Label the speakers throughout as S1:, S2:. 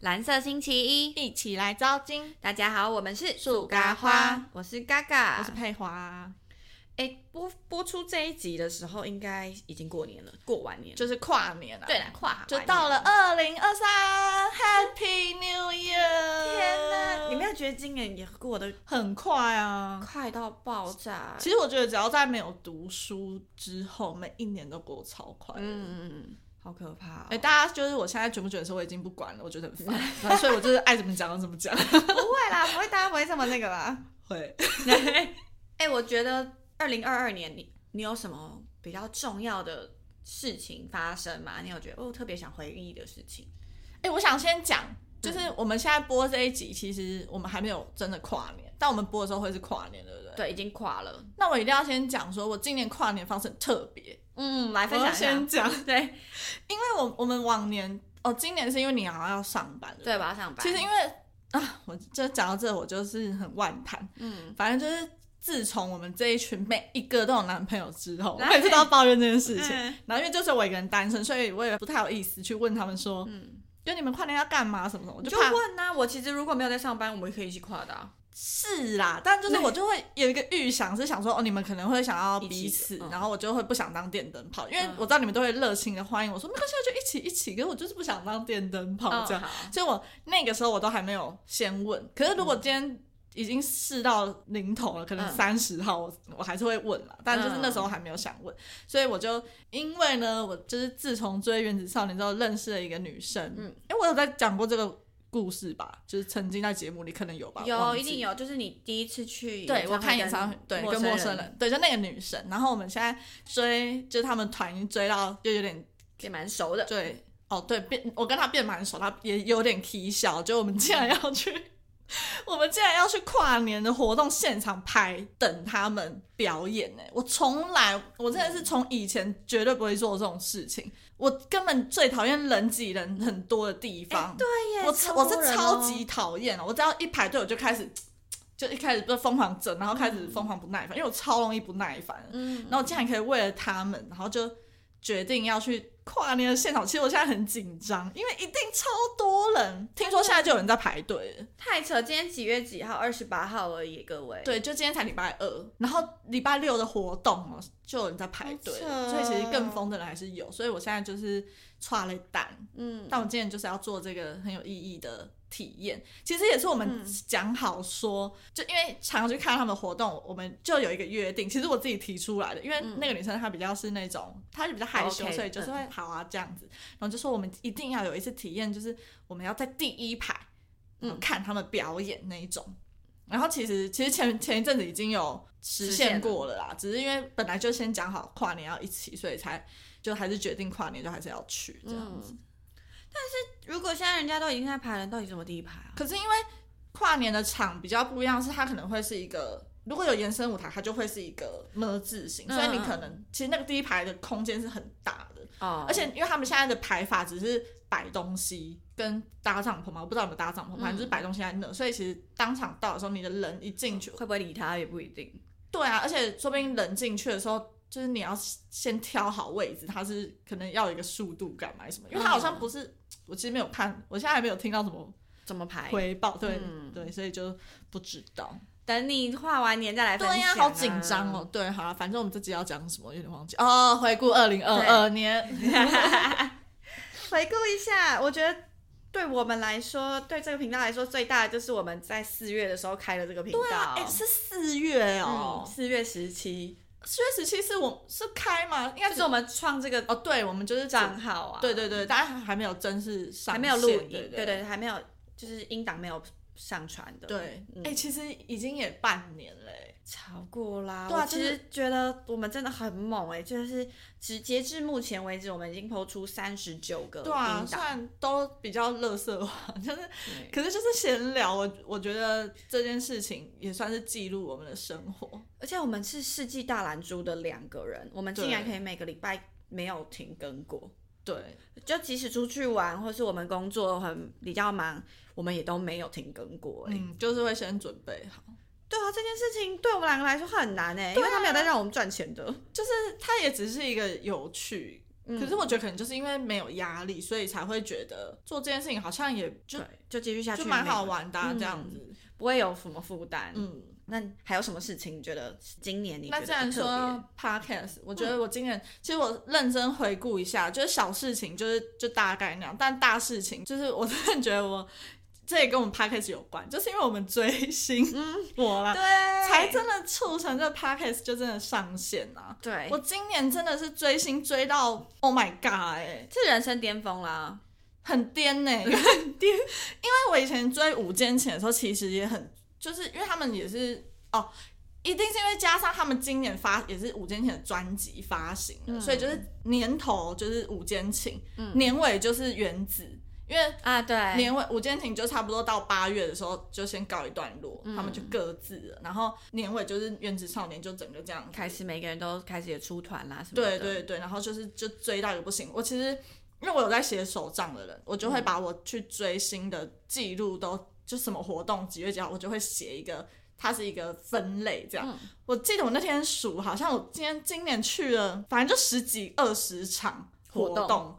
S1: 蓝色星期一，
S2: 一起来招金。
S1: 大家好，我们是
S2: 树咖花，
S1: 我是嘎嘎，
S2: 我是佩华。哎、播播出这一集的时候，应该已经过年了，过完年就是跨年了、
S1: 对啦，跨
S2: 就到了。二零二三，Happy New Year！
S1: 天哪，你没
S2: 有
S1: 有觉得今年也过得
S2: 很快啊？
S1: 快到爆炸？
S2: 其实我觉得，只要在没有读书之后，每一年都过得超快。嗯。
S1: 嗯嗯，好可怕、哦！
S2: 哎、大家就是我现在卷不卷的时候，我已经不管了，我觉得很烦，然后所以我就是爱怎么讲就怎么讲。
S1: 不会啦，不会，大家不会这么那个 啦。
S2: 会，
S1: 哎、我觉得二零二二年你你有什么比较重要的事情发生吗？你有觉得哦特别想回忆的事情？
S2: 哎、我想先讲，就是我们现在播这一集，其实我们还没有真的跨年，但我们播的时候会是跨年，对不对？。
S1: 对，已经跨了。
S2: 那我一定要先讲，说我今年跨年方式很特别，
S1: 嗯，来分
S2: 我要
S1: 享
S2: 先。
S1: 一下
S2: 讲，
S1: 对
S2: 因为我我们往年哦，今年是因为你好像要上班，
S1: 对，
S2: 不
S1: 我要上班。
S2: 其实因为啊，我这讲到这，我就是很万谈，
S1: 嗯，
S2: 反正就是自从我们这一群每一个都有男朋友之后，我
S1: 来
S2: 每次都要抱怨这件事情。
S1: 嗯
S2: 然后因为就是我一个人单身，所以我也不太有意思去问他们说，
S1: 嗯，
S2: 就你们跨年要干嘛什么什么，我
S1: 你就
S2: 怕
S1: 问呐、我其实如果没有在上班，我们也可以一起跨的、啊。
S2: 是啦，但就是我就会有一个预想，是想说哦，你们可能会想要彼
S1: 一
S2: 此
S1: 起，嗯
S2: 然后我就会不想当电灯泡，因为
S1: 嗯
S2: 我知道你们都会热情的欢迎我说没关系，啊我就一起一起，可是我就是不想当电灯泡这样。
S1: 哦好，
S2: 所以我那个时候我都还没有先问，可是如果今天已经试到零头了，可能
S1: 嗯
S2: 三十号我、我还是会问啦，但就是那时候还没有想
S1: 嗯
S2: 问，所以我就因为呢，我就是自从追《原子少年》之后认识了一个女生，
S1: 嗯
S2: 嗯，哎，我有在讲过这个故事吧，就是曾经在节目里可能有吧，
S1: 有
S2: 忘
S1: 一
S2: 记
S1: 定有，就是你第一次去演唱会
S2: 对
S1: 跟，
S2: 我看演唱会，对，跟陌生人，对，就那个女生。然后我们现在追，就是他们团已经追到，就有点
S1: 也蛮熟的。
S2: 对，哦，对，变我跟她变蛮熟，她也有点啼笑，就我们竟然要去， 我们竟然要去跨年的活动现场拍，等他们表演呢、我从来，我真的是从以前绝对不会做这种事情，我根本最讨厌人挤人很多的地方。
S1: 哎对耶，
S2: 我
S1: 超
S2: 我
S1: 多
S2: 是
S1: 人
S2: 超
S1: 哦
S2: 级讨厌的，我只要一排队我就开始，就一开始就疯狂整，然后开始疯狂不耐烦，因为我超容易不耐烦。
S1: 嗯
S2: 然后我竟然可以为了他们，然后就决定要去跨年的现场。其实我现在很紧张，因为一定超多人，听说现在就有人在排队了。
S1: 太扯，今天几月几号？二十八号而已，各位。，
S2: 对，就今天才礼拜二，然后礼拜六的活动哦，就有人在排队了，
S1: 好
S2: 所
S1: 扯哦
S2: 以其实更疯的人还是有。所以我现在就是差了蛋，
S1: 嗯，
S2: 但我今天就是要做这个很有意义的体验。其实也是我们
S1: 嗯
S2: 讲好说，就因为常常去看他们的活动，我们就有一个约定。其实我自己提出来的，因为
S1: 嗯哦
S2: 那个女生她比较是那种，她就比较害羞
S1: OK，
S2: 所以就是会好啊这样子。然后就说我们一定要有一次体验，就是我们要在第一排，
S1: 嗯
S2: 嗯，看他们表演那一种。然后其实其实前前一阵子已经有实
S1: 实现
S2: 现过了啦，只是因为本来就先讲好跨年要一起，所以才就还是决定跨年就还是要去
S1: 嗯
S2: 这样子。
S1: 如果现在人家都已经在排了，到底怎么第一排啊？
S2: 可是因为跨年的场比较不一样，是它可能会是一个，如果有延伸舞台，它就会是一个么字形，
S1: 嗯
S2: 所以你可能其实那个第一排的空间是很大的，
S1: 哦
S2: 而且因为他们现在的排法只是摆东西跟搭帐篷嘛，我不知道有没有搭帐篷，
S1: 嗯
S2: 反正就是摆东西在那，所以其实当场到的时候，你的人一进去，
S1: 会不会理他也不一定。
S2: 对啊，而且说不定人进去的时候。就是你要先挑好位置，它是可能要有一个速度感嘛，还是什么？因为它好
S1: 哦
S2: 像不是，我其实没有看，我现在还没有听到什么
S1: 怎么排？
S2: 回报，对、
S1: 嗯
S2: 对，所以就不知道。
S1: 等你画完年再来分享、
S2: 哎
S1: 啊
S2: 对呀、好紧张哦。。对，好了，反正我们这集要讲什么有点忘记哦。回顾二零二二 年，
S1: 回顾一下，我觉得对我们来说，对这个频道来说，最大的就是我们在四月的时候开了这个频道。对啊
S2: 哎、是四月哦，
S1: 四、月十七，
S2: 四、月十七是我是开吗？应该
S1: 就是是我们创这个
S2: 哦，对，我们就是
S1: 账
S2: 讲，
S1: 号啊。
S2: 对对对，大家还没有正式上线，
S1: 还没有录音，
S2: 对
S1: 对
S2: 对。
S1: 还没有，就是音档没有上传的，
S2: 对，哎、
S1: 嗯
S2: 其实已经也半年了、哎
S1: 超过啦。
S2: 对啊
S1: 我其
S2: 就是
S1: 实觉得我们真的很猛哎、就是直截至目前为止，我们已经抛出三十九个
S2: 对啊，
S1: 音
S2: 虽
S1: 档，
S2: 然都比较乐色化，就是
S1: 对
S2: 可是就是闲聊，我我觉得这件事情也算是记录我们的生活。
S1: 而且我们是世纪大蓝猪的两个人，我们竟然
S2: 对
S1: 可以每个礼拜没有停更过。
S2: 对，
S1: 就即使出去玩，或是我们工作很比较忙，我们也都没有停更过、欸。
S2: 嗯，就是会先准备好。
S1: 对啊，这件事情对我欸
S2: 啊
S1: 们两个来说很难哎、因为他没有在让我们赚钱的。
S2: 它也只是一个有趣
S1: 嗯
S2: 可是我觉得可能就是因为没有压力，所以才会觉得做这件事情好像也就
S1: 对，就继续下去，
S2: 就蛮好，玩的啊、
S1: 嗯
S2: 这样子。
S1: 不会有什么负担。
S2: 嗯，
S1: 那还有什么事情你觉得今年你觉
S2: 那
S1: 得
S2: 既然
S1: 特别嗯
S2: 说 podcast，我觉得我今年、其实我认真回顾一下，就是小事情就是就大概那样，但大事情就是我真的觉得我这也跟我们 podcast 有关，就是因为我们追星，我啦，
S1: 对
S2: 才真的促成这 podcast 就真的上线啊！
S1: 对
S2: 我，今年真的是追星追到 Oh my God 哎、
S1: 是人生巅峰啦。
S2: 很颠 呢、很颠。因为我以前追五间前的时候，其实也很，就是因为他们也是哦，一定是因为加上他们今年发也是五间前的专辑发行了，
S1: 嗯
S2: 所以就是年头就是五间情，
S1: 嗯
S2: 年尾就是原子，因为。
S1: 啊，对，
S2: 年尾五间情就差不多到八月的时候就先告一段落，
S1: 嗯
S2: 他们就各自了。然后年尾就是原子少年就整个这样
S1: 开始每个人都开始也出团啦什么
S2: 对
S1: 的。
S2: 对对，然后就是就追到一个不行。我其实因为我有在写手账的人，我就
S1: 嗯
S2: 会把我去追星的记录都、就什么活动几月几号，我就会写一个，它是一个分类这样。
S1: 嗯
S2: 我记得我那天数，好像我今天今年去了，反正就十几二十场活
S1: 活动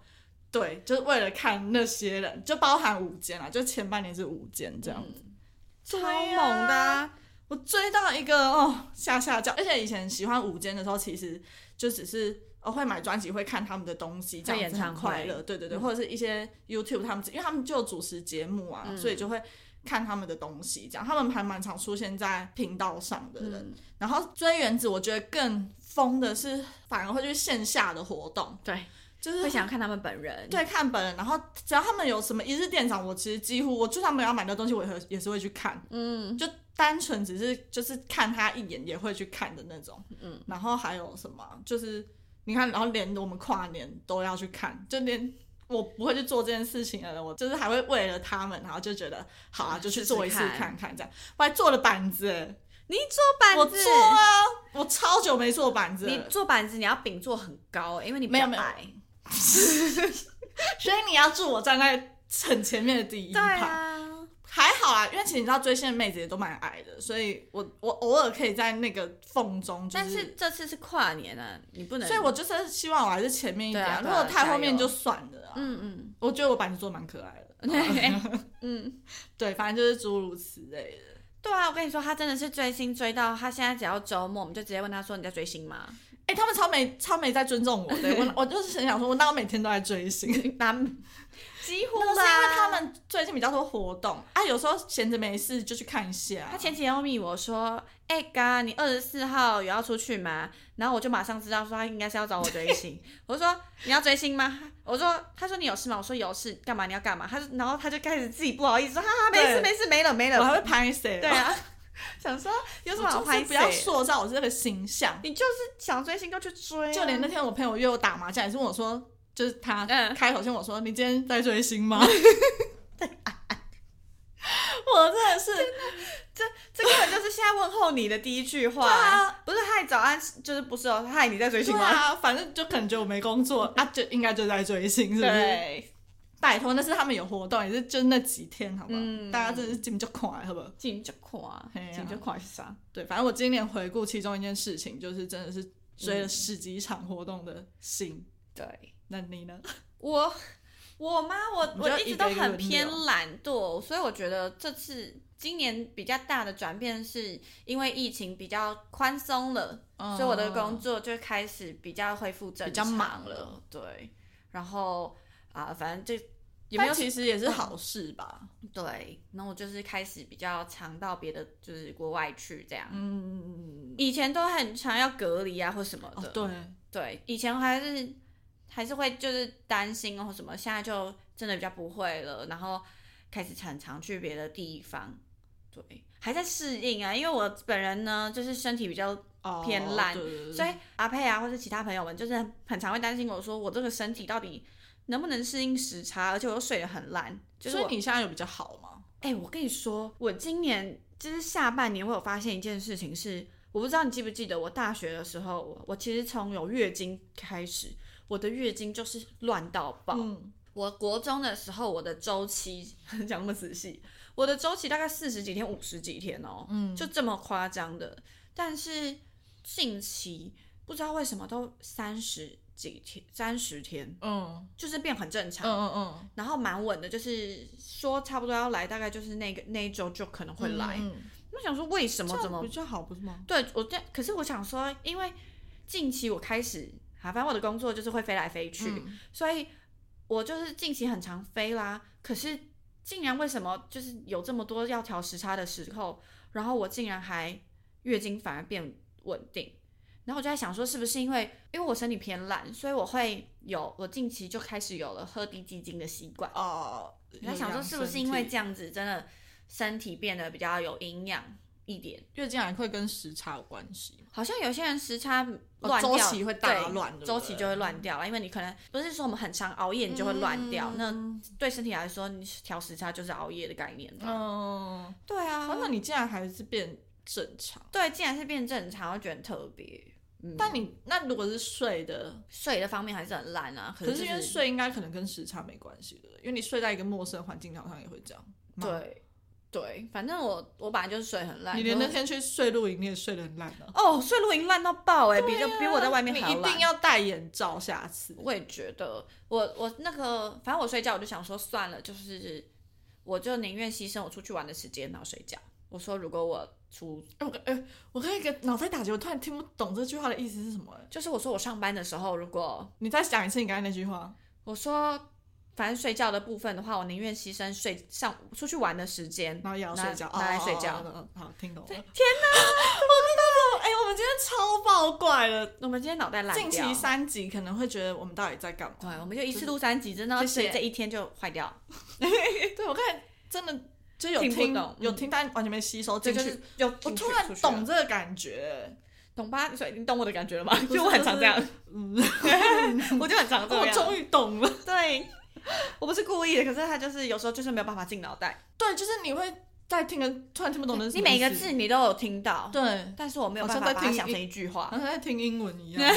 S2: 对，就是为了看那些人，就包含五间啊，就前半年是五间这样。
S1: 嗯超
S2: 对呀
S1: 猛的啊。
S2: 我追到一个哦吓吓叫，而且以前喜欢午间的时候，其实就只是哦会买专辑，会看他们的东西，这
S1: 看
S2: 样
S1: 演
S2: 子
S1: 唱
S2: 很
S1: 会
S2: 快乐。对对对，
S1: 嗯
S2: 或者是一些 YouTube 他们，因为他们就有主持节目啊，
S1: 嗯
S2: 所以就会看他们的东西，这样他们还蛮常出现在频道上的人。
S1: 嗯，
S2: 然后追原子，我觉得更疯的是，反而会去线下的活动，
S1: 对，
S2: 就是
S1: 会想要看他们本人。
S2: 对，看本人，然后只要他们有什么一日店长，我其实几乎我就算没有要买的东西，我也会也是会去看，嗯，就单纯只是就是看他一眼也会去看的那种，嗯，然后还有什么啊就是你看，然后连我们跨年都要去看，就连。我不会去做这件事情的人，我就是还会为了他们，然后就觉得好啊，就去
S1: 试试
S2: 做一次
S1: 看
S2: 看看这样。我还做了板子欸，
S1: 你做板
S2: 我
S1: 子，
S2: 做啊，我超久没做板子了。
S1: 你做板子你要饼做很高，欸因为你比
S2: 没有
S1: 较
S2: 没有
S1: 矮
S2: 所以你要祝我站在很前面的第一
S1: 对
S2: 排。
S1: 啊，
S2: 还好啦，因为其实你知道追星的妹子也都蛮矮的，所以我我偶尔可以在那个缝中、就是，
S1: 但是这次是跨年啊，你不能。
S2: 所以我就是希望我还是前面一点、
S1: 对啊
S2: 如
S1: 对啊
S2: 果太后面就算了啊。
S1: 嗯
S2: 我觉得我板子做得蛮可爱的，
S1: 嗯嗯，
S2: 对，反正就是诸如此类的。
S1: 对啊，我跟你说，他真的是追星追到他现在只要周末，我们就直接问他说你在追星吗？
S2: 哎、他们超没超没在尊重我的， 我我就是很想说，我那我每天都在追星，
S1: 他们几乎
S2: 那
S1: 啦
S2: 个是因为他们最近比较多活动啊，有时候闲着没事就去看一下。
S1: 他前几天又密我说：“哎、嘎，你二十四号有要出去吗？”然后我就马上知道说他应该是要找我追星。 我就说：“你要追星吗？”我说：“他说你有事吗？”我说：“有事。”干嘛？你要干嘛？他就然后他就开始自己不好意思说：“哈哈，没
S2: 对
S1: 事没事，没了没
S2: 我还
S1: 了。
S2: 会拍谁？”哦
S1: 对，啊，
S2: 想说
S1: 有什么好拍
S2: 就是不要
S1: 谁
S2: 塑造我这个形象。
S1: 你就是想追星就去追啊、
S2: 就连那天我朋友约我打麻将，也是问我说，就是他
S1: 嗯
S2: 开口先我说：“你今天在追星吗？” 啊我真的是
S1: 这根本就是现在问候你的第一句话、
S2: 对啊
S1: 不是嗨早安，就是不是哦，嗨你在追
S2: 对
S1: 星吗？
S2: 啊，反正就可能觉得我没工 作啊，就应该就在追星，是不是？
S1: 对，
S2: 拜托，那是他们有活动，也是就那几天，好不好？
S1: 嗯
S2: 大家真的是进就快，好不好？
S1: 进就垮，
S2: 嘿啊
S1: 进就垮是啥？
S2: 对，反正我今年回顾其中一件事情，就是真的是追了十几场活动的星。
S1: 对。
S2: 那你呢？
S1: 我我吗？我
S2: 你就
S1: 我
S2: 要
S1: 一
S2: 一
S1: 直
S2: 个
S1: 都
S2: 一个
S1: 很
S2: 轮
S1: 偏
S2: 流
S1: 懒惰，所以我觉得这次今年比较大的转变是因为疫情比较宽松了，嗯所以我的工作就开始比较恢复正
S2: 嗯
S1: 常，
S2: 比较忙
S1: 了
S2: 了。
S1: 对，然后啊、反正就
S2: 有
S1: 有没
S2: 没有？
S1: 有
S2: 其实也是好事吧。
S1: 对，然后我就是开始比较常到别的就是国外去这样。
S2: 嗯，
S1: 以前都很常要隔离啊或什么
S2: 哦
S1: 的，，
S2: 对，
S1: 对，以前还是还是会就是担心哦什么，现在就真的比较不会了，然后开始常常去别的地方，对，还在适应啊，因为我本人呢就是身体比较，
S2: 哦
S1: 偏懒
S2: 对对对
S1: 所以阿佩啊或者其他朋友们就是很常会担心我说我这个身体到底能不能适应时差，而且我又睡得很烂，就是
S2: 所
S1: 我
S2: 以你现在有比较好吗？
S1: 哎、我跟你说，我今年就是下半年，我有发现一件事情是，我不知道你记不记得，我大学的时候，我我其实从有月经开始，我的月经就是乱到爆。
S2: 嗯，
S1: 我国中的时候，我的周期 讲那么仔细，我的周期大概四十几天、五十几天哦，嗯，就这么夸张的。但是近期不知道为什么都三十几天，三十天，
S2: 嗯
S1: 就是变很正
S2: 嗯
S1: 常，
S2: 嗯嗯，
S1: 然后蛮稳的，就是说差不多要来，大概就是那个那一周就可能会来。
S2: 嗯，嗯
S1: 我想说为什
S2: 这
S1: 么
S2: 样
S1: 怎么
S2: 比较好不是吗？
S1: 对我这，可是我想说，因为近期我开始，啊，反正我的工作就是会飞来飞去，
S2: 嗯
S1: 所以我就是近期很常飞啦。可是竟然为什么就是有这么多要调时差的时候，然后我竟然还月经反而变稳定。然后我就在想说，是不是因为因为我身体偏懒，所以我会有我近期就开始有了喝低基精的习惯。
S2: 哦，
S1: 我在想说，是不是因为这样子，真的身体变得比较有营养一点？
S2: 月经来会跟时差有关系？
S1: 好像有些人时差
S2: 哦
S1: 乱掉，
S2: 周期会大乱对不
S1: 对
S2: 对
S1: 周期就会乱掉了。因为你可能不是说我们很常熬夜，你就会乱掉。
S2: 嗯
S1: 那对身体来说，你调时差就是熬夜的概念吧？
S2: 嗯，
S1: 对啊，
S2: 哦，那你竟然还是变正常？
S1: 对，既然是变正常，我觉得很特别。嗯，
S2: 但你那如果是睡的，
S1: 睡的方面还是很烂啊。
S2: 可
S1: 是
S2: 是因
S1: 就
S2: 为
S1: 是
S2: 睡应该可能跟时差没关系的，因为你睡在一个陌生环境，好像也会这样。
S1: 对对，反正我我本来就是睡很烂。
S2: 你连
S1: 可
S2: 那
S1: 是
S2: 天去睡露营，你也睡得很烂啊。
S1: 哦，睡露营烂到爆哎、比就 比我在外面
S2: 你
S1: 还要
S2: 一
S1: 烂
S2: 定。要戴眼罩，下次。
S1: 我也觉得，我我那个，反正我睡觉我就想说算了，就是我就宁愿牺牲我出去玩的时间，然后睡觉。我说如果我出，
S2: 哎、我哎，我刚才给脑袋打结，我突然听不懂这句话的意思是什么、哎
S1: 就是我说我上班的时候，如果
S2: 你再讲一次你刚才那句话。
S1: 我说反正睡觉的部分的话，我宁愿牺牲睡上出去玩的时间，
S2: 然后也要睡觉，
S1: 拿拿来睡觉
S2: 哦哦哦哦好，听懂了。天哪，我听懂了。哎、我们今天超爆怪了。
S1: 我们今天脑袋烂
S2: 近
S1: 掉。
S2: 期三集可能会觉得我们到底在干嘛？
S1: 对，我们就一次录三集，真的，
S2: 谢
S1: 所
S2: 谢
S1: 以这一天就坏 掉，
S2: 对我刚才真的就有
S1: 听
S2: 听
S1: 不懂
S2: 有
S1: 嗯
S2: 听，但完全没吸收
S1: 这
S2: 进去。
S1: 就是就
S2: 我突然懂这个感觉，
S1: 懂吧？所以你懂我的感觉了吗？
S2: 不是
S1: 就我很常这样，
S2: 嗯，
S1: 我就很常这
S2: 我
S1: 样。
S2: 终于懂了。
S1: 对，我不是故意的，可是他就是有时候就是没有办法进脑袋。
S2: 对，就是你会在听个突然听不懂的是什
S1: 你
S2: 么
S1: 每
S2: 意思，
S1: 个字你都有听到，
S2: 对，
S1: 但是我没有
S2: 好像
S1: 办法
S2: 在
S1: 把它
S2: 听
S1: 想
S2: 一
S1: 成一句
S2: 好
S1: 话，
S2: 像在听英文一 样。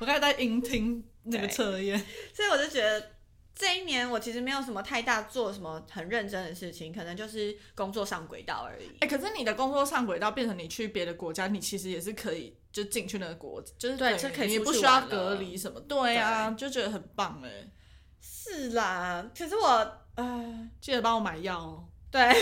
S2: 我刚才在英听那个
S1: 对
S2: 测验，
S1: 所以我就觉得。这一年我其实没有什么太大做什么很认真的事情，可能就是工作上轨道而已。
S2: 哎、可是你的工作上轨道变成你去别的国家，你其实也是可以就进去那个国，就是
S1: 对
S2: 等于
S1: 就可以
S2: 你
S1: 出
S2: 不
S1: 去
S2: 需要
S1: 玩
S2: 隔
S1: 了
S2: 离什么。对啊，就觉得很棒哎、
S1: 是啦，可是我呃，
S2: 记得帮我买药 哦。
S1: 对，哎、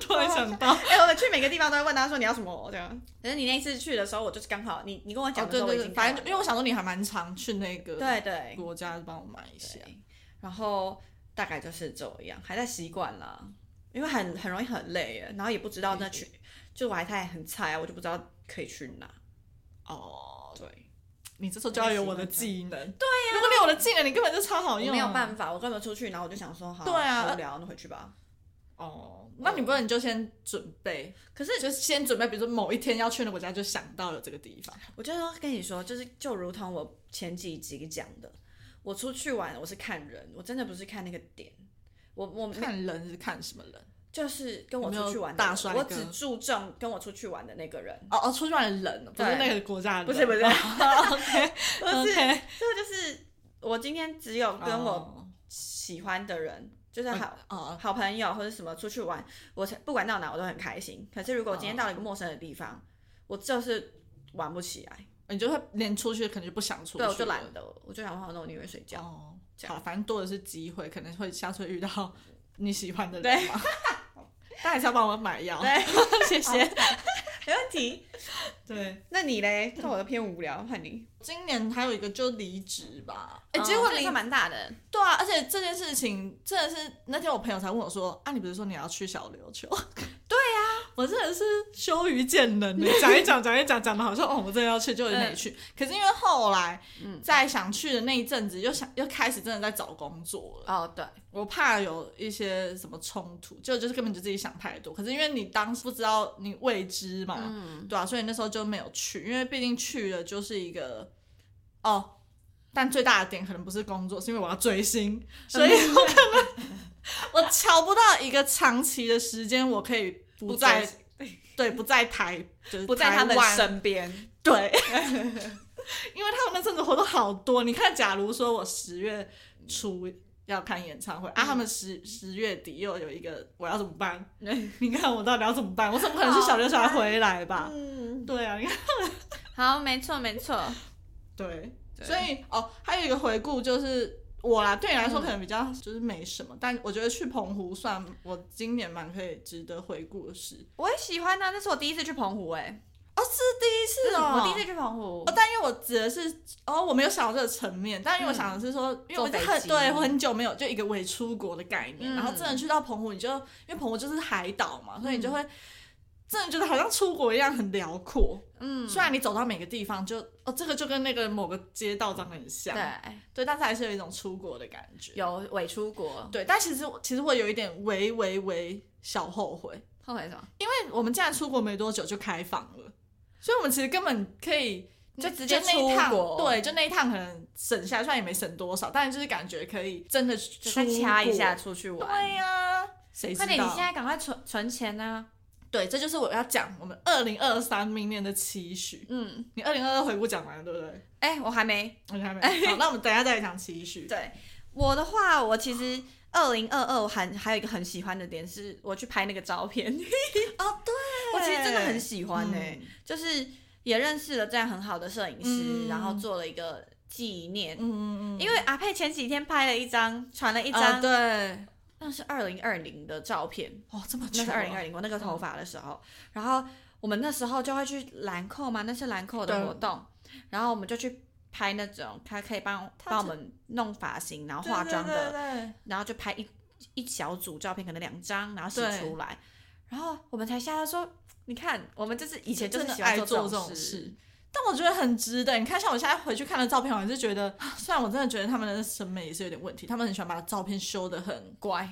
S2: 突然想到，
S1: 我们去每个地方都会问他说你要什么这样。可是你那次去的时候，我就是刚好你你跟我
S2: 哦
S1: 讲的时
S2: 对
S1: 候，我
S2: 对
S1: 已
S2: 对，
S1: 经
S2: 反正就因为
S1: 为
S2: 我想说你还蛮常去那个
S1: 对对
S2: 国家帮我买一下。
S1: 对，然后大概就是这样，还在习惯啦，因为很很容易很累耶，然后也不知道那去，就我还太很菜啊，我就不知道可以去哪。
S2: 哦，
S1: 对，
S2: 你这时候就要有我的技能。对呀、如果你有我的技能，你根本就超啊好
S1: 我
S2: 用。
S1: 没有啊办法，我根本出去，然后我就想说，好，
S2: 对啊
S1: 好无聊，那回去吧。
S2: 哦，那你不能就先准备，
S1: 可是
S2: 就先准备，比如说某一天要去的国家，就想到有这个地方。
S1: 我就说跟你说，就是就如同我前几集讲的，我出去玩我是看人，我真的不是看那个点。我我没
S2: 看人是看什么人？
S1: 就是跟我
S2: 有没有
S1: 出去玩的
S2: 大
S1: 人
S2: 帅
S1: 我
S2: 哥
S1: 只注重跟我出去玩的那个人，
S2: 哦哦，出去玩的人，不是
S1: 对
S2: 那个国家的人。哦
S1: 不是不 是
S2: OK，
S1: 不是
S2: OK，
S1: 这个就是我今天只有跟我
S2: 哦
S1: 喜欢的人，就是好、
S2: 哦，
S1: 好朋友或者什么出去玩，我才不管到哪我都很开心。可是如果我今天到一个陌生的地方，我就是玩不起来，
S2: 你就会连出去可能就不想出去
S1: 对，
S2: 了，
S1: 我就懒得，我就想说，那我宁愿睡觉。
S2: 哦，
S1: 这
S2: 好
S1: 样
S2: 了，反正多的是机会，可能会下次会遇到你喜欢的人嘛。但还是要帮我买药，
S1: 对，
S2: 谢 谢。
S1: 没问题。
S2: 对，
S1: 那你嘞？ 看我的偏无聊，换你。
S2: 今年还有一个就离职吧，哎、
S1: 哎、
S2: 结
S1: 结
S2: 果
S1: 果
S2: 离
S1: 你蛮大的，
S2: 对啊，而且这件事情真的是那天我朋友才问我说：“啊，你不是说你要去小琉 球？”对
S1: 啊
S2: 呀、 我真的是羞于见人的，讲一讲讲一讲讲的好像哦，我真的要去，就也没去。可是因为后来
S1: 嗯
S2: 在想去的那一阵子，又想又开始真的在找工作了。
S1: 哦，对，
S2: 我怕有一些什么冲突，就就是根本就自己想太多。可是因为你当时不知道你未知嘛，
S1: 嗯，
S2: 对啊，所以那时候就没有去，因为毕竟去了就是一个哦，但最大的点可能不是工作，是因为我要追星，所以我可 能我瞧不到一个长期的时间，我可以不在
S1: 嗯
S2: 对不在台就是
S1: 不在
S2: 台
S1: 他们
S2: 湾
S1: 身边，
S2: 对，因为他们那阵子活动好多。你看，假如说我十月初要看演唱会啊，
S1: 嗯
S2: 他们十十月底又有一个，我要怎么办？
S1: 嗯
S2: 你看我到底要怎么办？我怎么可能去小琉球还回来吧？啊
S1: 嗯，
S2: 对啊，你看
S1: 好，没错没错，
S2: 对，
S1: 对
S2: 所以哦，还有一个回顾就是我啦，对你来说可能比较就是没什么，但我觉得去澎湖算我今年蛮可以值得回顾的事。
S1: 我也喜欢啊，那是我第一次去澎湖、哎，
S2: 哦，是第一次哦，
S1: 我第一次去澎湖
S2: 哦，，但因为我指的是哦，我没有想到这个层面，但因为我想的是说，因为我
S1: 坐飞
S2: 很
S1: 机
S2: 对我很久没有就一个伪出国的概念，
S1: 嗯
S2: 然后真的去到澎湖，你就因为澎湖就是海岛嘛，所以你就会。真的觉得好像出国一样很辽阔，
S1: 嗯，
S2: 虽然你走到每个地方就哦，这个就跟那个某个街道长得很像，
S1: 对，
S2: 对，但是还是有一种出国的感觉。
S1: 有伪出国，
S2: 对，但其实我其实会有一点微微微小后悔，
S1: 后悔什么？
S2: 因为我们竟然出国没多久就开放了，所以我们其实根本可以
S1: 就直接
S2: 那一
S1: 出
S2: 趟
S1: 国
S2: 对，就那一趟可能省下来，虽然也没省多少，但是就是感觉可以真的出
S1: 就再掐一
S2: 国
S1: 下。出去玩。
S2: 对呀、谁知
S1: 快
S2: 道？
S1: 点，你现在赶快存存钱啊呢、
S2: 对，这就是我要讲我们二零二三明年的期许。
S1: 嗯，
S2: 你二零二二回顾讲完了，对不对？
S1: 哎、我还没。
S2: 你还没。 好，那我们等一下再来讲期许。
S1: 对我的话，我其实二零二二还还有一个很喜欢的点是，我去拍那个照片。 哦，对，我其实真的很喜欢呢、欸就是也认识了这样很好的摄影师，
S2: 嗯
S1: 然后做了一个纪念。
S2: 嗯嗯嗯，
S1: 因为阿佩前几天拍了一张，传了一
S2: 一
S1: 张，
S2: 嗯呃对，
S1: 那是二零二零的照片，
S2: 哇，这么久
S1: 那
S2: 啊，
S1: 是二零二零我那个头发的时候，然后我们那时候就会去兰蔻嘛，那是兰蔻
S2: 对
S1: 的活动，然后我们就去拍那种他可以帮
S2: 他
S1: 帮我
S2: 这
S1: 们弄发型，然后
S2: 对
S1: 化妆的，，
S2: 对对对
S1: 然后就拍一一小组照片，可能两张，然后洗
S2: 对
S1: 出来，然后我们才吓到说，你看我们就是以前就
S2: 真
S1: 是
S2: 的
S1: 喜
S2: 爱
S1: 欢
S2: 做
S1: 这
S2: 这
S1: 种
S2: 种。。但我觉得很值得。你看，像我现在回去看了照片，我还是觉得，虽然我真的觉得他们的审美也是有点问题，他们很喜欢把照片修得很，
S1: 乖，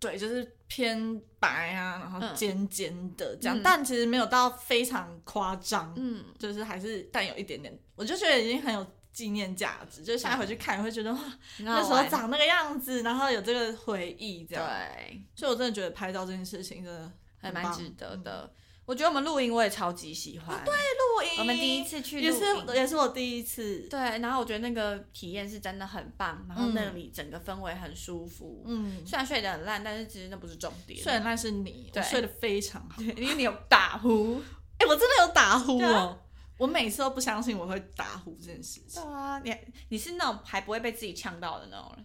S2: 对，就是偏白啊，然后
S1: 嗯
S2: 尖尖的这样，
S1: 嗯
S2: 但其实没有到非常夸张，
S1: 嗯，
S2: 就是还是但有一点点，我就觉得已经很有纪念价值。就是现在回去看，会觉得哇，那时候
S1: 长
S2: 长那个样子，然后有这个回忆这样。
S1: 对，
S2: 所以我真的觉得拍照这件事情真的
S1: 还
S2: 很
S1: 蛮
S2: 棒嗯
S1: 值得的。我觉得我们露营我也超级喜欢，对，
S2: 露营，
S1: 我们第一次去
S2: 也
S1: 露
S2: 是
S1: 营，
S2: 也是我第一次，
S1: 对，然后我觉得那个体验是真的很棒，然后
S2: 嗯
S1: 那里整个氛围很舒服，
S2: 嗯，
S1: 虽然睡得很烂，但是其实那不是重 点，啊
S2: 睡得烂是你，我
S1: 对
S2: 睡得非常好。
S1: 因为你有打呼，
S2: 哎、我真的有打呼
S1: 对
S2: 哦、我每次都不相信我会打呼这件事
S1: 对
S2: 情。
S1: 啊，你你是那种还不会被自己呛到的那种人，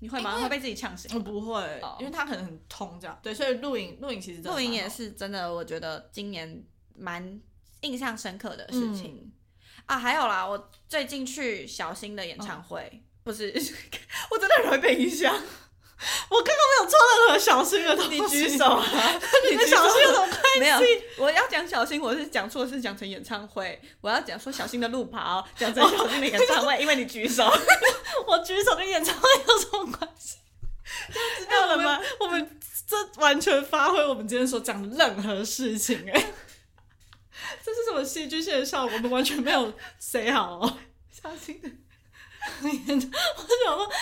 S1: 你
S2: 哎
S1: 会吗？会被自己呛醒
S2: 我
S1: 吗？
S2: 不会
S1: 哦，
S2: 因为它可能很痛这样。对，所以录影录影其实真的
S1: 露营
S2: 蛮
S1: 也
S2: 好
S1: 是真的，我觉得今年蛮印象深刻的事情、啊。还有啦，我最近去小新的演唱会，不是， 我真的很容易被影 响。
S2: 没有做任何小心的东西。
S1: 你举手 啊
S2: 你的小心有什么？
S1: 没有，我要讲小新，我是讲错，是讲成演唱会。我要讲说小新的路跑，讲成小新的演唱会，因为你举手，
S2: 我举手跟演唱会有什么关系？
S1: 知
S2: 知道了吗？？我们这完全发挥我们今天所讲的任何事情、哎，这是什么戏剧性的效果？我们完全没有谁好、哦。
S1: 小新的
S2: 我想说，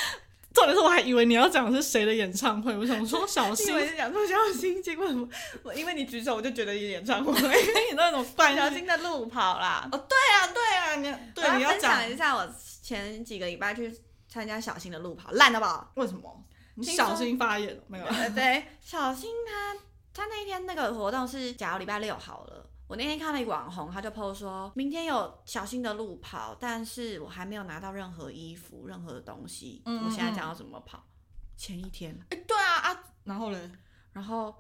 S2: 重点是我还以为你要讲的是谁的演唱会，我想说小
S1: 新
S2: 心，
S1: 闻讲说小新，结果我我因为你举手，我就觉得是演 唱会。
S2: 你那种怪
S1: 小
S2: 小心。
S1: 新的路跑啦，
S2: 哦，对啊，对啊，你
S1: 我
S2: 对你要
S1: 分
S2: 讲
S1: 享一下我前几个礼拜去参加小新的路跑，烂好 不好？
S2: 为什么？你
S1: 听
S2: 小
S1: 说
S2: 心发言，没有啊？
S1: 呃，对，小新他他那一天那个活动是，假如礼拜六好了。我那天看了一个网红，他就 PO 说，明天有小新的路跑，但是我还没有拿到任何衣服、任何东西。
S2: 嗯嗯
S1: 我现在讲要怎么跑？前一天，
S2: 哎对啊啊，然后嘞，
S1: 然后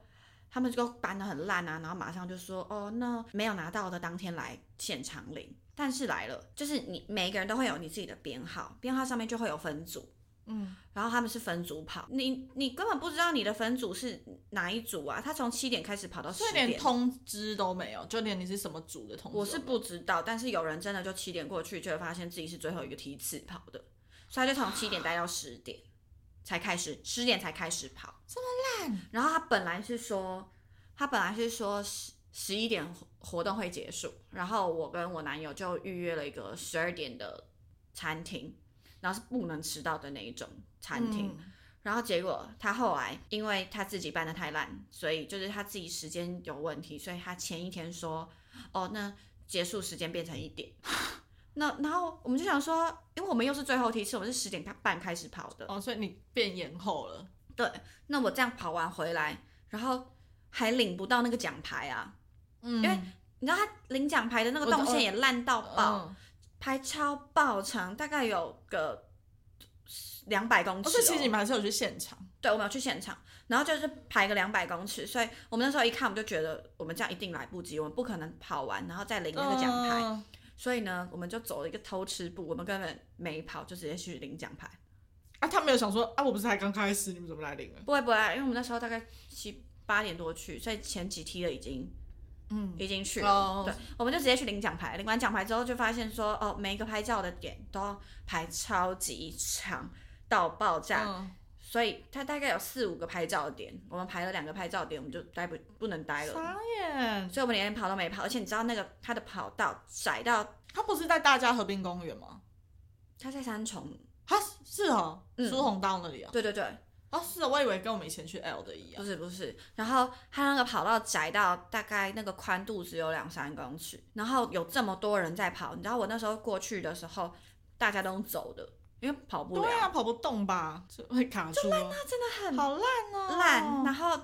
S1: 他们就搬的很烂啊，然后马上就说，哦，那没有拿到的当天来现场领。但是来了，就是你每一个人都会有你自己的编号，编号上面就会有分组，
S2: 嗯，
S1: 然后他们是分组跑，你你根本不知道你的分组是哪一组啊？他从七点开始跑到十
S2: 所以连
S1: 点，
S2: 通知都没有，就连你是什么组的通知，
S1: 我是，不知哦道，但是有人真的就七点过去，就会发现自己是最后一个梯次跑的，所以他就从七点待到十点才开始，十点才开始跑，这么烂。然后他本来是说，他本来是说十十一点活活动会结束，然后我跟我男友就预约了一个十二点的餐厅，然后是不能迟到的那一种餐厅。
S2: 嗯
S1: 然后结果他后来因为他自己办的太烂，所以就是他自己时间有问题，所以他前一天说，哦，那结束时间变成一点。 那然后我们就想说，因为我们又是最后梯次，我们是十点半开始跑的，
S2: 哦，所以你变延后了，
S1: 对，那我这样跑完回来，然后还领不到那个奖牌啊！
S2: 嗯
S1: 因为你知道他领奖牌的那个
S2: 我懂
S1: 动线也烂到爆，
S2: 嗯
S1: 排超爆长，大概有个两百公
S2: 哦，
S1: 尺、哦。
S2: 所以其实你们还是有去现场，
S1: 对，我们有去现场，然后就是排个两百公尺，所以我们那时候一看，我们就觉得我们这样一定来不及，我们不可能跑完然后再领那个奖牌。
S2: 嗯
S1: 所以呢，我们就走了一个偷吃步，我们根本没跑，就直接去领奖牌。
S2: 啊，他没有想说啊，我不是才刚开始，你们怎么来领了？
S1: 不会不会，因为我们那时候大概七八点多去，所以前几梯的已经
S2: 嗯，
S1: 已经去了。
S2: 哦，
S1: 对，我们就直接去领奖牌。领完奖牌之后，就发现说，哦，每一个拍照的点都要排超级长到爆炸，
S2: 嗯
S1: 所以它大概有四五个拍照的点，我们排了两个拍照点，我们就待不不能待了，
S2: 傻眼，
S1: 所以我们连跑都没跑。而且你知道那个它的跑道窄到
S2: 他不是在大家河滨公园吗？
S1: 它在三重，
S2: 他是哦，
S1: 嗯
S2: 苏红道那里啊，
S1: 对对对，
S2: 哦是哦，我以为跟我们以前去 L 的一样，
S1: 不是不是，然后它那个跑道窄到大概那个宽度只有两三公尺，然后有这么多人在跑，你知道我那时候过去的时候，大家都用走的，因为跑不了，
S2: 对啊，跑不动吧，就会卡住哦，
S1: 真的很
S2: 好烂哦，
S1: 烂，然后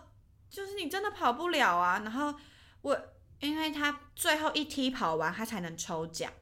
S1: 就是你真的跑不了啊。然后我因为他最后一梯跑完，他才能抽奖，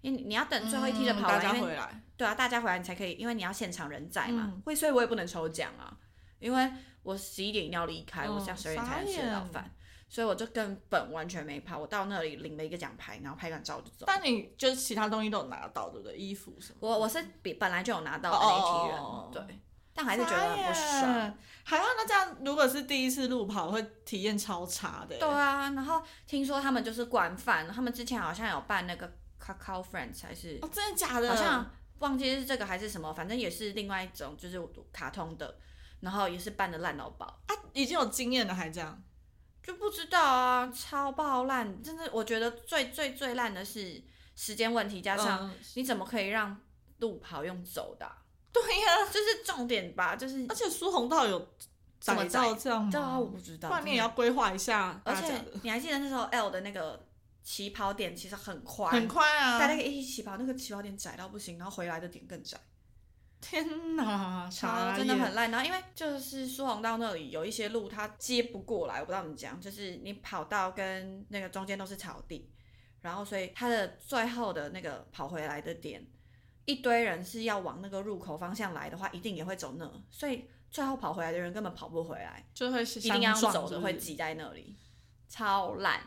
S1: 因为你要等最后一梯的
S2: 嗯
S1: 跑完，
S2: 大家
S1: 因为
S2: 回来，
S1: 对啊，大家回来你才可以，因为你要现场人在嘛
S2: 嗯，
S1: 会、所以我也不能抽奖啊，因为我十一点一定要离开，我
S2: 嗯
S1: 这样十二点才
S2: 傻
S1: 能吃得到
S2: 眼
S1: 饭。所以我就根本完全没跑，我到那里领了一个奖牌，然后拍完照就走。
S2: 但你就是其他东西都有拿到，对不对？衣服什么的，
S1: 我我是比本来就有拿到的那一批人，
S2: 哦哦哦哦
S1: 对，但还是觉得很不
S2: 傻
S1: 爽。
S2: 眼。还要那这样，如果是第一次路跑，会体验超差的。欸
S1: 对啊，然后听说他们就是惯犯，他们之前好像有办那个 Kakao Friends 还是
S2: 哦，真的假的？
S1: 好像忘记是这个还是什么，反正也是另外一种就是卡通的，然后也是办的烂到爆，
S2: 啊，已经有经验了还这样。
S1: 就不知道啊，超爆烂，真的我觉得最最最烂的是时间问题，加上
S2: 嗯
S1: 你怎么可以让路跑用走的啊、
S2: 对呀、哦
S1: 就是重点吧，就是
S2: 而且苏红道有
S1: 这么
S2: 窄到这样吗？
S1: 对啊，我不知道，
S2: 不然你也
S1: 真的
S2: 要规划一下
S1: 而
S2: 大家
S1: 且
S2: 的，
S1: 你还记得那时候 L 的那个起跑点其实很宽，
S2: 很快
S1: 大
S2: 啊！
S1: 家一起跑，那个起跑点窄到不行，然后回来的点更窄，
S2: 天 哪，
S1: 超
S2: 傻
S1: 真的
S2: 眼
S1: 很烂。然后因为就是苏红道那里有一些路它接不过来，我不知道怎么讲，就是你跑道跟那个中间都是草地，然后所以它的最后的那个跑回来的点，一堆人是要往那个入口方向来的话，一定也会走那，所以最后跑回来的人根本跑不回来，
S2: 就会
S1: 一
S2: 一
S1: 定要走的会挤在那里，超烂，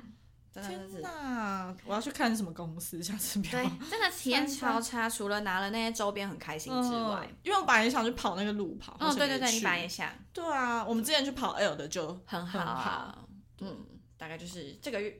S1: 真的
S2: 天
S1: 是。
S2: 哪！我要去看什么公司，下次 不要。嗯
S1: 对，真的体验超差，除了拿了那些周边很开心之外，
S2: 嗯，因为我本来也想去跑那个路跑。好
S1: 哦，
S2: 像
S1: 对
S2: 没
S1: 对对，你
S2: 去
S1: 本来也想，
S2: 对啊，我们之前去跑 L 的就
S1: 很好
S2: 很
S1: 啊
S2: 好，
S1: 嗯，大概就是这个月，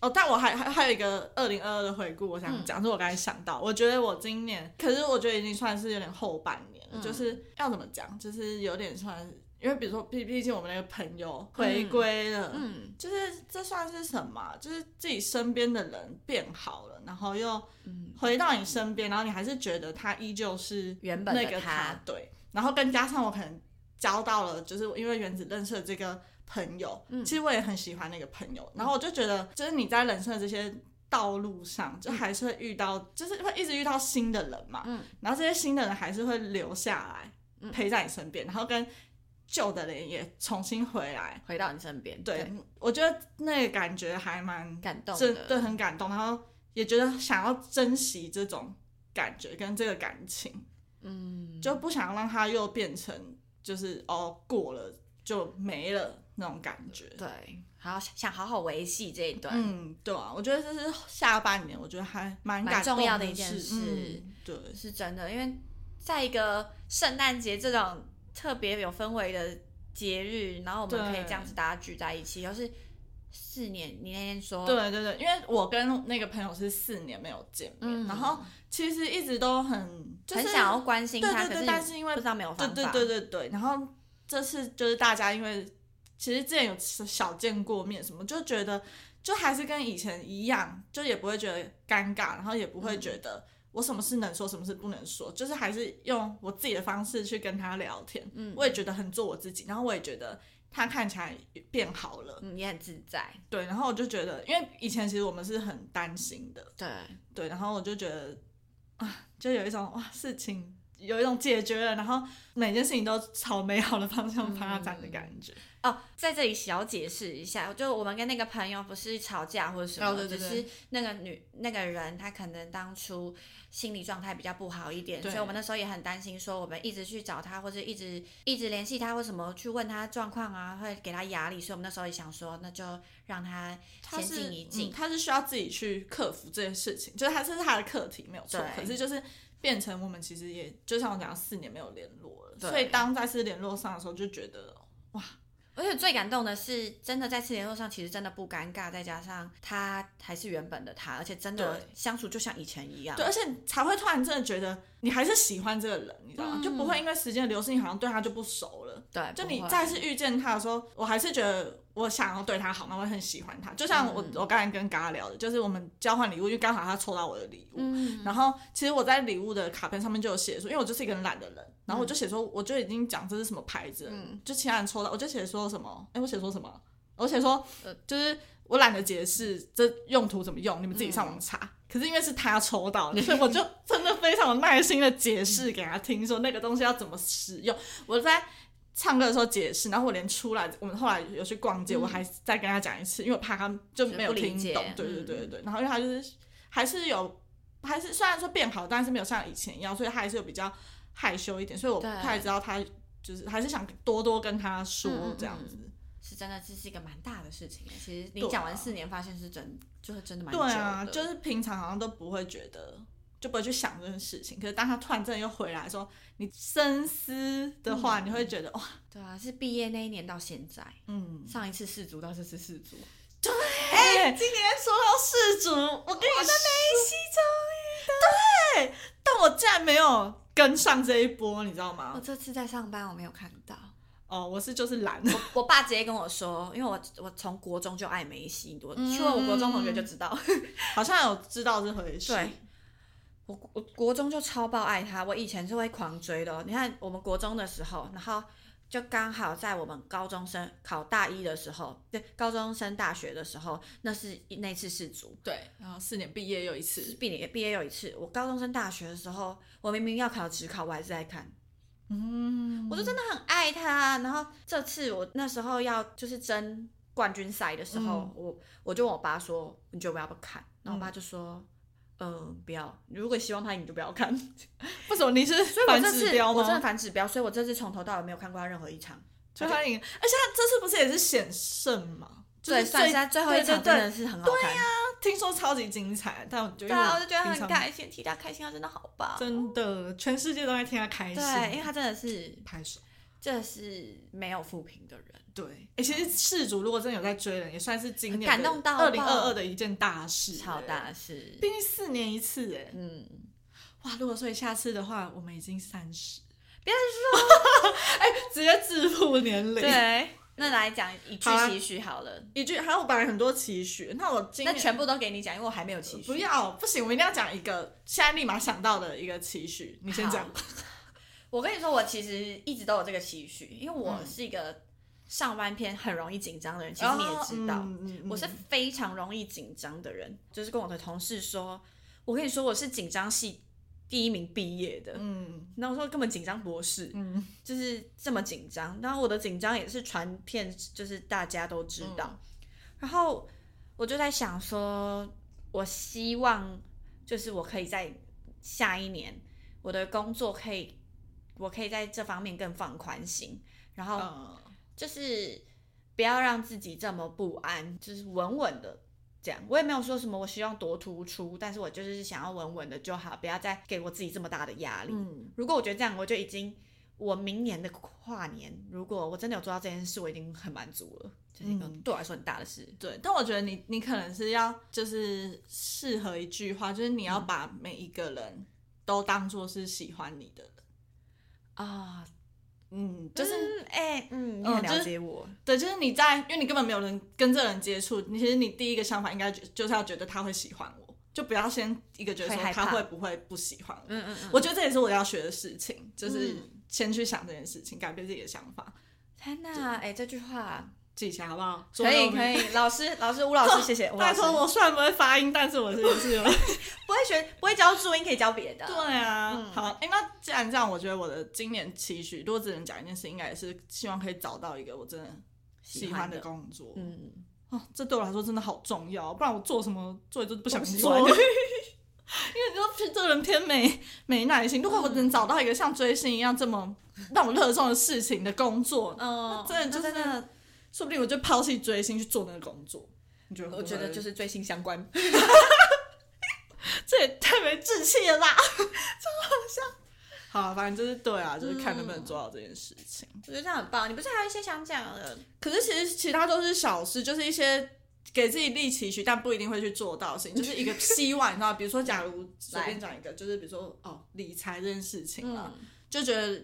S2: 哦，但我还还还有一个二零二二的回顾，我
S1: 嗯
S2: 想讲，是我刚才想到，我觉得我今年，可是我觉得已经算是有点后半年了，
S1: 嗯
S2: 就是要怎么讲，就是有点算，因为比如说，毕毕竟我们那个朋友回归了，
S1: 嗯，
S2: 就是这算是什么啊？就是自己身边的人变好了，然后又
S1: 嗯
S2: 回到你身边，然后你还是觉得他依旧是
S1: 原本的
S2: 那个
S1: 他
S2: 对，然后跟加上我可能交到了，就是因为原子认识的这个朋友，
S1: 嗯
S2: 其实我也很喜欢那个朋友，然后我就觉得，就是你在人生的这些道路上，就还是会遇到，就是会一直遇到新的人嘛，
S1: 嗯
S2: 然后这些新的人还是会留下来
S1: 嗯
S2: 陪在你身边，然后跟旧的人也重新回来，
S1: 回到你身边，
S2: 对，我觉得那个感觉还蛮
S1: 感动
S2: 真对
S1: 的，
S2: 很感动，然后也觉得想要珍惜这种感觉跟这个感情，
S1: 嗯，
S2: 就不想让它又变成就是哦过了就没了那种感觉。
S1: 对，好想想好好维系这一段，
S2: 嗯，对啊，我觉得这是下半年，我觉得还蛮
S1: 蛮
S2: 感动
S1: 重要的
S2: 的
S1: 一件
S2: 事。
S1: 事
S2: 嗯、对，
S1: 是真的，因为在一个圣诞节这种特别有氛围的节日，然后我们
S2: 对
S1: 可以这样子大家聚在一起，又是四年，你那天说，
S2: 对对对，因为我跟那个朋友是四年没有见面，
S1: 嗯
S2: 然后其实一直都很就是
S1: 很想要关心
S2: 对
S1: 他，
S2: 对对
S1: 可是
S2: 但是因为
S1: 不知道没有
S2: 对
S1: 方法，
S2: 对对对对，然后这次就是大家因为其实之前有小见过面什么，就觉得就还是跟以前一样，就也不会觉得尴尬，然后也不
S1: 嗯
S2: 会觉得我什么事能说，什么事不能说，就是还是用我自己的方式去跟他聊天。
S1: 嗯
S2: 我也觉得很做我自己，然后我也觉得他看起来变好了，
S1: 嗯，也很自在，
S2: 对，然后我就觉得，因为以前其实我们是很担心的，
S1: 对，
S2: 对，然后我就觉得啊，就有一种哇，事情有一种解决了，然后每件事情都朝美好的方向发展的感觉。
S1: 哦，在这里小解释一下，就我们跟那个朋友不是吵架或者什么，
S2: 哦对对对
S1: 只是那个女那个人她可能当初心理状态比较不好一点，
S2: 对
S1: 所以我们那时候也很担心，说我们一直去找她或者一直一直联系她或什么去问她状况啊，会给她压力，所以我们那时候也想说，那就让她
S2: 他
S1: 先
S2: 是
S1: 静一
S2: 嗯，
S1: 静
S2: 他是需要自己去克服这件事情，就是他这是他的课题没有错，
S1: 对
S2: 可是就是变成我们其实也就像我讲，四年没有联络了，
S1: 对
S2: 所以当再次联络上的时候，就觉得
S1: 而且最感动的是，真的在次联络上，其实真的不尴尬，再加上她还是原本的她，而且真的
S2: 对
S1: 相处就像以前一样。
S2: 对，而且才会突然真的觉得你还是喜欢这个人，你知道吗？
S1: 嗯
S2: 就不会因为时间的流逝，你好像对他就不熟了。
S1: 对，
S2: 就
S1: 不
S2: 你
S1: 会
S2: 再次遇见他的时候，我还是觉得我想要对他好，那我很喜欢他。就像我、
S1: 嗯
S2: 我刚才跟嘎聊的，就是我们交换礼物，就刚好他抽到我的礼物，
S1: 嗯，
S2: 然后其实我在礼物的卡片上面就有写说，因为我就是一个很懒的人，然后我就写说，我就已经讲这是什么牌子了，
S1: 嗯
S2: 就其他人抽到，我就写说什么，哎，我写说什么，我写说
S1: 呃，
S2: 就是我懒得解释这用途怎么用，你们自己上网
S1: 嗯
S2: 查。可是因为是他抽到 的，所以我就真的非常有耐心的解释给他听，说那个东西要怎么使用。我在。唱歌的时候解释，然后我连出来，我们后来有去逛街，我还再跟他讲一次，因为我怕他就没有
S1: 嗯就不理
S2: 听
S1: 解
S2: 懂。对对
S1: 嗯
S2: 对对，然后因为他就是还是有还是虽然说变好，但是没有像以前一样，所以他还是有比较害羞一点，所以我不
S1: 对
S2: 太知道他就是还是想多多跟他说
S1: 嗯嗯
S2: 这样子。
S1: 是真的，这是一个蛮大的事情耶。欸其实
S2: 对
S1: 你
S2: 啊
S1: 讲完四年，发现是真，就是真的蛮久
S2: 对啊，
S1: 的
S2: 就是平常好像都不会觉得，就不会去想这件事情。可是当他突然真的又回来说你深思的话，
S1: 嗯
S2: 你会觉得哇，
S1: 对啊，是毕业那一年到现在，
S2: 嗯，
S1: 上一次世足到这次世足，
S2: 哎、今年说到世足，我跟你说，
S1: 西中，
S2: 但我竟然没有跟上这一波，你知道
S1: 我
S2: 吗？
S1: 哦这次在上班，我没有看到。
S2: 哦，我是就是懒，
S1: 我爸直接跟我说，因为我我从国中就爱梅西，我
S2: 嗯
S1: 去问我国中同学就知道，
S2: 好像有知道这回事。
S1: 对我我国中就超爆爱他，我以前是会狂追的、哦。你看我们国中的时候，然后就刚好在我们高中生考大一的时候，对，高中升大学的时候，那是那次世足，
S2: 对，然后四年毕业又一
S1: 就是
S2: 次，
S1: 毕业毕业有一次，我高中升大学的时候，我明明要考职考，我还是在看，
S2: 嗯，
S1: 我就真的很爱他。然后这次我那时候要就是争冠军赛的时候，
S2: 嗯
S1: 我我就问我爸说，你觉得我要不要看？然后我爸就说，嗯、不要。如果希望他赢，你就不要 看。
S2: 为什么你是
S1: 所以我
S2: 反
S1: 这
S2: 指
S1: 次
S2: 标
S1: 我真的
S2: 吗？
S1: 反指标，所以我这次从头到尾没有看过他任何一场。
S2: 就他赢，而且他这次不是也是险胜嘛？就是
S1: 对，算是
S2: 最
S1: 他最后一
S2: 对
S1: 场真
S2: 对对，
S1: 的是很好看。
S2: 听说超级精彩，但我觉得
S1: 对啊，我就觉得
S2: 平
S1: 很
S2: 常
S1: 开心，替他开心，他真的好棒。
S2: 真的，全世界都在替他开心，
S1: 对，因为他真的是，
S2: 拍手。
S1: 这是没有负评的人。
S2: 对，哎、其实世足如果真的有在追人，也算是今年
S1: 感动到
S2: 二
S1: 爆
S2: 零二二的一件大事，
S1: 超
S2: 哎，
S1: 大事。
S2: 毕竟四年一次，哎，
S1: 嗯，
S2: 哇！如果所以下次的话，我们已经三十，别 说，哎、直接自负年龄，，
S1: 对。 那来讲一句
S2: 好啊
S1: 期许好了，
S2: 一句还有我本来很多期许，那我今
S1: 那
S2: 年
S1: 全部都给你讲，因为我还没有期许。
S2: 不要，不行，我一定要讲一个现在立马想到的一个期许，你先讲
S1: 好。我跟你说，我其实一直都有这个期许，因为我
S2: 嗯
S1: 是一个上半篇很容易紧张的人，其实你也知道，
S2: 嗯嗯嗯
S1: 我是非常容易紧张的人。就是跟我的同事说，我跟你说我是紧张系第一名毕业的，
S2: 嗯
S1: 那我说根本紧张博士，
S2: 嗯，
S1: 就是这么紧张。然后我的紧张也是传遍，就是大家都知道。然后我就在想说，我希望就是我可以在下一年我的工作可以，我可以在这方面更放宽心，然后
S2: 呃
S1: 就是不要让自己这么不安，就是稳稳的。这样，我也没有说什么，我希望多突出，但是我就是想要稳稳的就好，不要再给我自己这么大的压力。
S2: 嗯，
S1: 如果我觉得这样，我就已经，我明年的跨年，如果我真的有做到这件事，我已经很满足了，这、是一个
S2: 嗯
S1: 对我来说很大的事。
S2: 对。但我觉得你你可能是要就是适合一句话，就是你要把
S1: 嗯
S2: 每一个人都当做是喜欢你的人。
S1: 啊，
S2: 嗯，就、
S1: 就是是哎、嗯，你
S2: 嗯
S1: 很
S2: 就
S1: 了
S2: 是
S1: 解我，
S2: 对，就是你在，因为你根本没有人跟这人接触，你其实你第一个想法应该就就是要觉得他会喜欢我，就不要先一个觉得
S1: 会
S2: 说
S1: 害
S2: 他
S1: 怕
S2: 会不会不喜欢我。
S1: 嗯嗯嗯，
S2: 我觉得这也是我要学的事情，就是
S1: 嗯
S2: 先去想这件事情，改变自己的想法。
S1: 天哪，哎、这句话
S2: 记起来好不好？
S1: 可以可
S2: 以。
S1: 以，老师老师吴老师谢 谢，吴老
S2: 拜
S1: 师
S2: 托，我虽然不会发音，但是我是是有。
S1: 不会学不会教注音可以教别的，
S2: 对啊，
S1: 嗯
S2: 好，哎、那既然这样，我觉得我的今年期许，如果只能讲一件事，应该也是希望可以找到一个我真的喜欢的工作。
S1: 嗯，
S2: 哦，这对我来说真的好重要，不然我做什么做一做就不想
S1: 都不喜
S2: 做。
S1: 欢
S2: 哦 因为你知道，这个人偏没没耐心。如果我能找到一个像追星一样这么让我热衷的事情的工作，
S1: 哦，
S2: 那真的就是
S1: 那真的，
S2: 说不定我就抛弃追星去做那个工作。你觉得会不会？
S1: 我觉得就是最新相 关，
S2: 这也太没志气了啦，超好笑。好，反正就是对啊，就是看能
S1: 嗯
S2: 不能做到这件事情。
S1: 我觉得这样很棒。你不是还有一些想讲的？
S2: 可是其实其他都是小事，就是一些给自己立期许，但不一定会去做到的事情，就是 一个希望，你知道？比如说，假如随便讲一个，就是比如说哦，理财这件事情啊，
S1: 嗯，
S2: 就觉得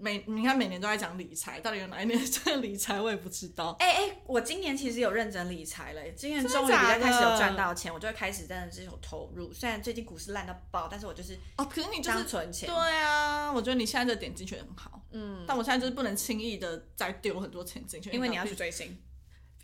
S2: 每你看每年都在讲理财，到底有哪一年 真的理财，我也不知道。
S1: 哎哎，我今年其实有认真理财了，今年
S2: 真的
S1: 终于比
S2: 假
S1: 较
S2: 的
S1: 开始有赚到钱，我就会开始真的是有投入。虽然最近股市烂到爆，但是我就是
S2: 哦，可是你就是
S1: 当存钱
S2: 对。啊，我觉得你现在这点进去很好，
S1: 嗯，
S2: 但我现在就是不能轻易的再丢很多钱进去，
S1: 因为你要
S2: 知道
S1: 去追星，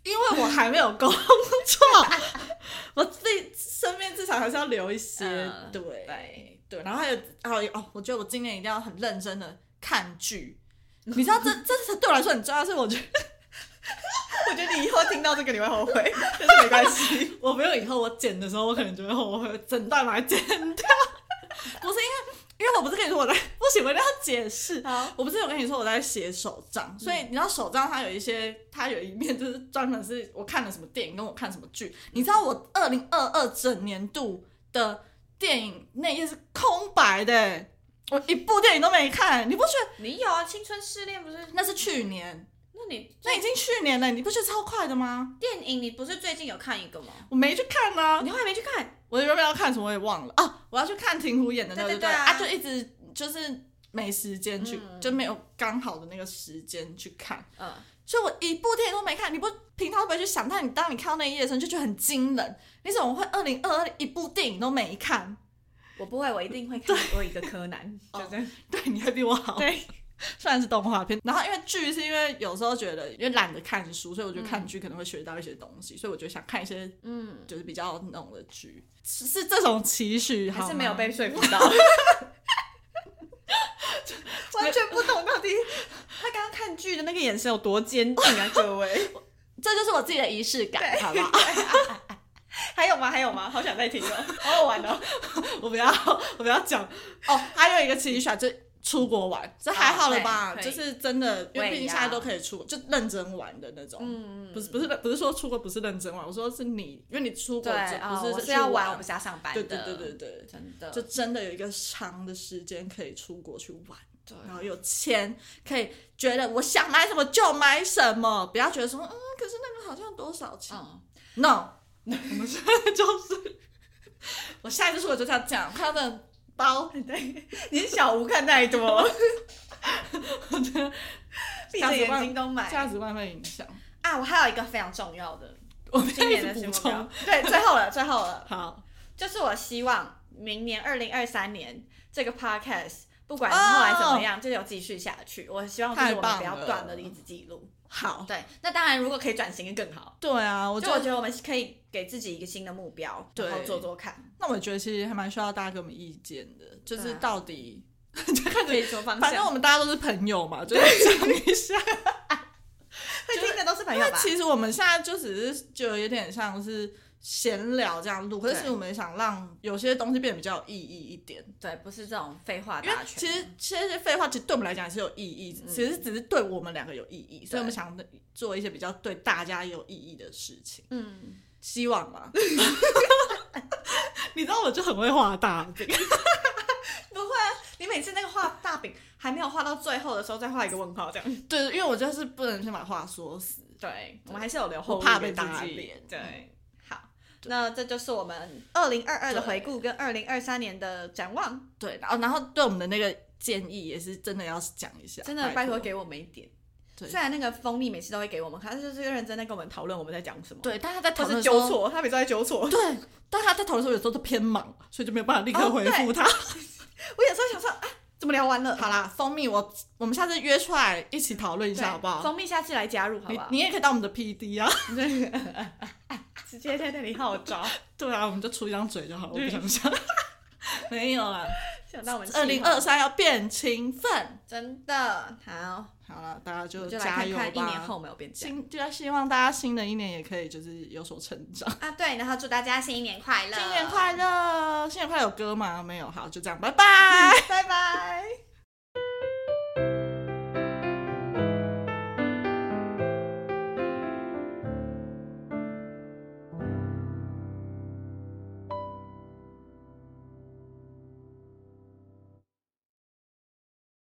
S2: 因为我还没有工作， 我自己身边至少还是要留一些，
S1: 嗯
S2: 对
S1: 对
S2: 对然后还有还有哦，我觉得我今年一定要很认真的看剧，你知道这这是对我来说很重要，是我觉得
S1: 我觉得你以后听到这个你会后悔，但是没关系。
S2: 我没有以后我剪的时候，我可能就会后悔整段把它剪掉， 不是因为因为我不是跟你说我在不行，我一定要解释，
S1: 好，
S2: 我不是有跟你说我在写手
S1: 嗯
S2: 账，所以你知道手账它有一些，它有一面就是专门是我看了什么电影，跟我看什么剧。你知道我二零二二整年度的电影那页是空白的、我一部电影都没看，你不觉得
S1: 你有啊？青春试炼不是？
S2: 那是去年？
S1: 那你
S2: 那已经去年了，你不觉得超快的吗？
S1: 电影你不是最近有看一个吗？
S2: 我没去看呢、
S1: 哦
S2: 啊
S1: 你后来没去看？
S2: 我原本要看什么我也忘了啊，我要去看庭湖演的那个，
S1: 对对
S2: 对
S1: 对啊
S2: 啊，就一直就是没时间去，
S1: 嗯
S2: 就没有刚好的那个时间去看。
S1: 嗯，
S2: 所以我一部电影都没看。你不平常会不会去想？但你当你看到那一页的时候，你就觉得很惊人。你怎么会二零二二一部电影都没看？
S1: 我不会，我一定会看多一个柯 南，
S2: 哦
S1: 就这样。
S2: 对，你还比我好。
S1: 对，
S2: 虽然是动画片，然后因为剧是因为有时候觉得因为懒得看书，所以我觉得看剧可能会学到一些东西，所以我就想看一些
S1: 嗯，
S2: 就是比较那种的剧，是是这种期许好
S1: 还
S2: 吗
S1: 是没有被说服到， 完全不懂到底他刚刚看剧的那个眼神有多坚定啊，各位。
S2: 这就是我自己的仪式感，好不 好？
S1: 还有吗？还有吗？好想再听哦，好好玩哦。
S2: 我不要，我不要讲哦。还有一个期许啊，就是出国玩，这还好了吧？
S1: 哦对可
S2: 就
S1: 以
S2: 是真的，因为毕
S1: 我也
S2: 竟
S1: 要
S2: 现在都可以出国，就认真玩的那种。
S1: 嗯，
S2: 不是不是不是说出国不是认真玩，我说是你，因为你出国
S1: 对，
S2: 就
S1: 哦
S2: 不
S1: 我
S2: 是
S1: 是要
S2: 去
S1: 玩，
S2: 玩
S1: 我不，是要上班的。
S2: 对对对对，对，
S1: 真的
S2: 就真的有一个长的时间可以出国去玩，
S1: 对
S2: 然后有钱可以觉得我想买什么就买什么，不要觉得说嗯，可是那个好像多少钱、
S1: 嗯，
S2: n o 我们现在就是，我下一次出国就是要这样，他的包
S1: 哎你是小吴看太 多，
S2: 我觉得
S1: 闭着眼睛都买
S2: 价值观会影响。
S1: 啊！我还有一个非常重要 的，
S2: 我们
S1: 今
S2: 一
S1: 年
S2: 直
S1: 的新
S2: 补
S1: 目标
S2: 充，，
S1: 对，最后了，最后了。
S2: 好，
S1: 就是我希望明年二零二三年这个 podcast 不管后来怎么
S2: 哦
S1: 样，就是有继续下去。我希望就是我们不要断了一直记录。
S2: 好，
S1: 对，那当然如果可以转型更好。
S2: 对啊，我
S1: 我
S2: 觉
S1: 就
S2: 得
S1: 我觉得我们可以给自己一个新的目标，
S2: 对
S1: 然后做 做看，
S2: 那我觉得其实还蛮需要大家给我们意见的，就
S1: 对
S2: 是
S1: 啊
S2: 到底，
S1: 可以说方向。
S2: 反正我们大家都是朋友嘛，就是讲一下。
S1: 会听的都是朋
S2: 因
S1: 友
S2: 为
S1: 吧？
S2: 其实我们现在就只是就有点像是闲聊这样录，可是
S1: 对
S2: 我们想让有些东西变得比较有意义一点。
S1: 对，不是这种废话
S2: 因为
S1: 大全。
S2: 哎其实其实这些废话，其实对我们来讲也是有意义，
S1: 嗯
S2: 其实只是对我们两个有意义，所以我们想做一些比较对大家有意义的事情，
S1: 嗯，
S2: 希望嘛。 你知道我就很会画大饼，
S1: 你每次那个画大饼还没有画到最后的时候，再画一个问号这样。
S2: 对，因为我就是不能先把话说死。
S1: 对，我们还是有留后
S2: 我
S1: 路
S2: 怕被
S1: 给自
S2: 打
S1: 己
S2: 脸嗯
S1: 对，好，那这就是我们二零二二的回顾跟二零二三年的展望。
S2: 对，然后然后对我们的那个建议也是真的要讲一下，
S1: 真的拜
S2: 拜
S1: 托。给我们一点。
S2: 对
S1: 虽然那个蜂蜜每次都会给我们，他就是认真在跟我们讨论我们在讲什么，，
S2: 对，但他在讨
S1: 或
S2: 论
S1: 是
S2: 的
S1: 纠
S2: 时候，
S1: 错，他每次都在纠错。
S2: 对，但他在讨论的时候有时候都偏忙，所以就没有办法立刻
S1: 哦
S2: 回
S1: 对
S2: 复他。
S1: 我有时候想说啊，
S2: 怎么聊完了？好啦，蜂蜜我我们下次约出来一起讨论一
S1: 对
S2: 下好不好？
S1: 蜂蜜下次来加入好不
S2: 你
S1: 好？
S2: 你也可以当我们的 P D 啊，
S1: 直接在那里号 召，
S2: 对啊，我们就出一张嘴就好了，我不想想。嗯 没有啊，
S1: 想到我们
S2: 二零二三要变勤奋。
S1: 真的好，
S2: 好了，大家
S1: 我
S2: 就
S1: 就来
S2: 加
S1: 看
S2: 油
S1: 看一年
S2: 吧。
S1: 后有没有变这样
S2: 新就要希望大家新的一年也可以就是有所成长。
S1: 啊。对，然后祝大家新年快乐，
S2: 新年快乐！新年快乐有歌吗？没有，好，就这样，拜拜。
S1: 拜拜。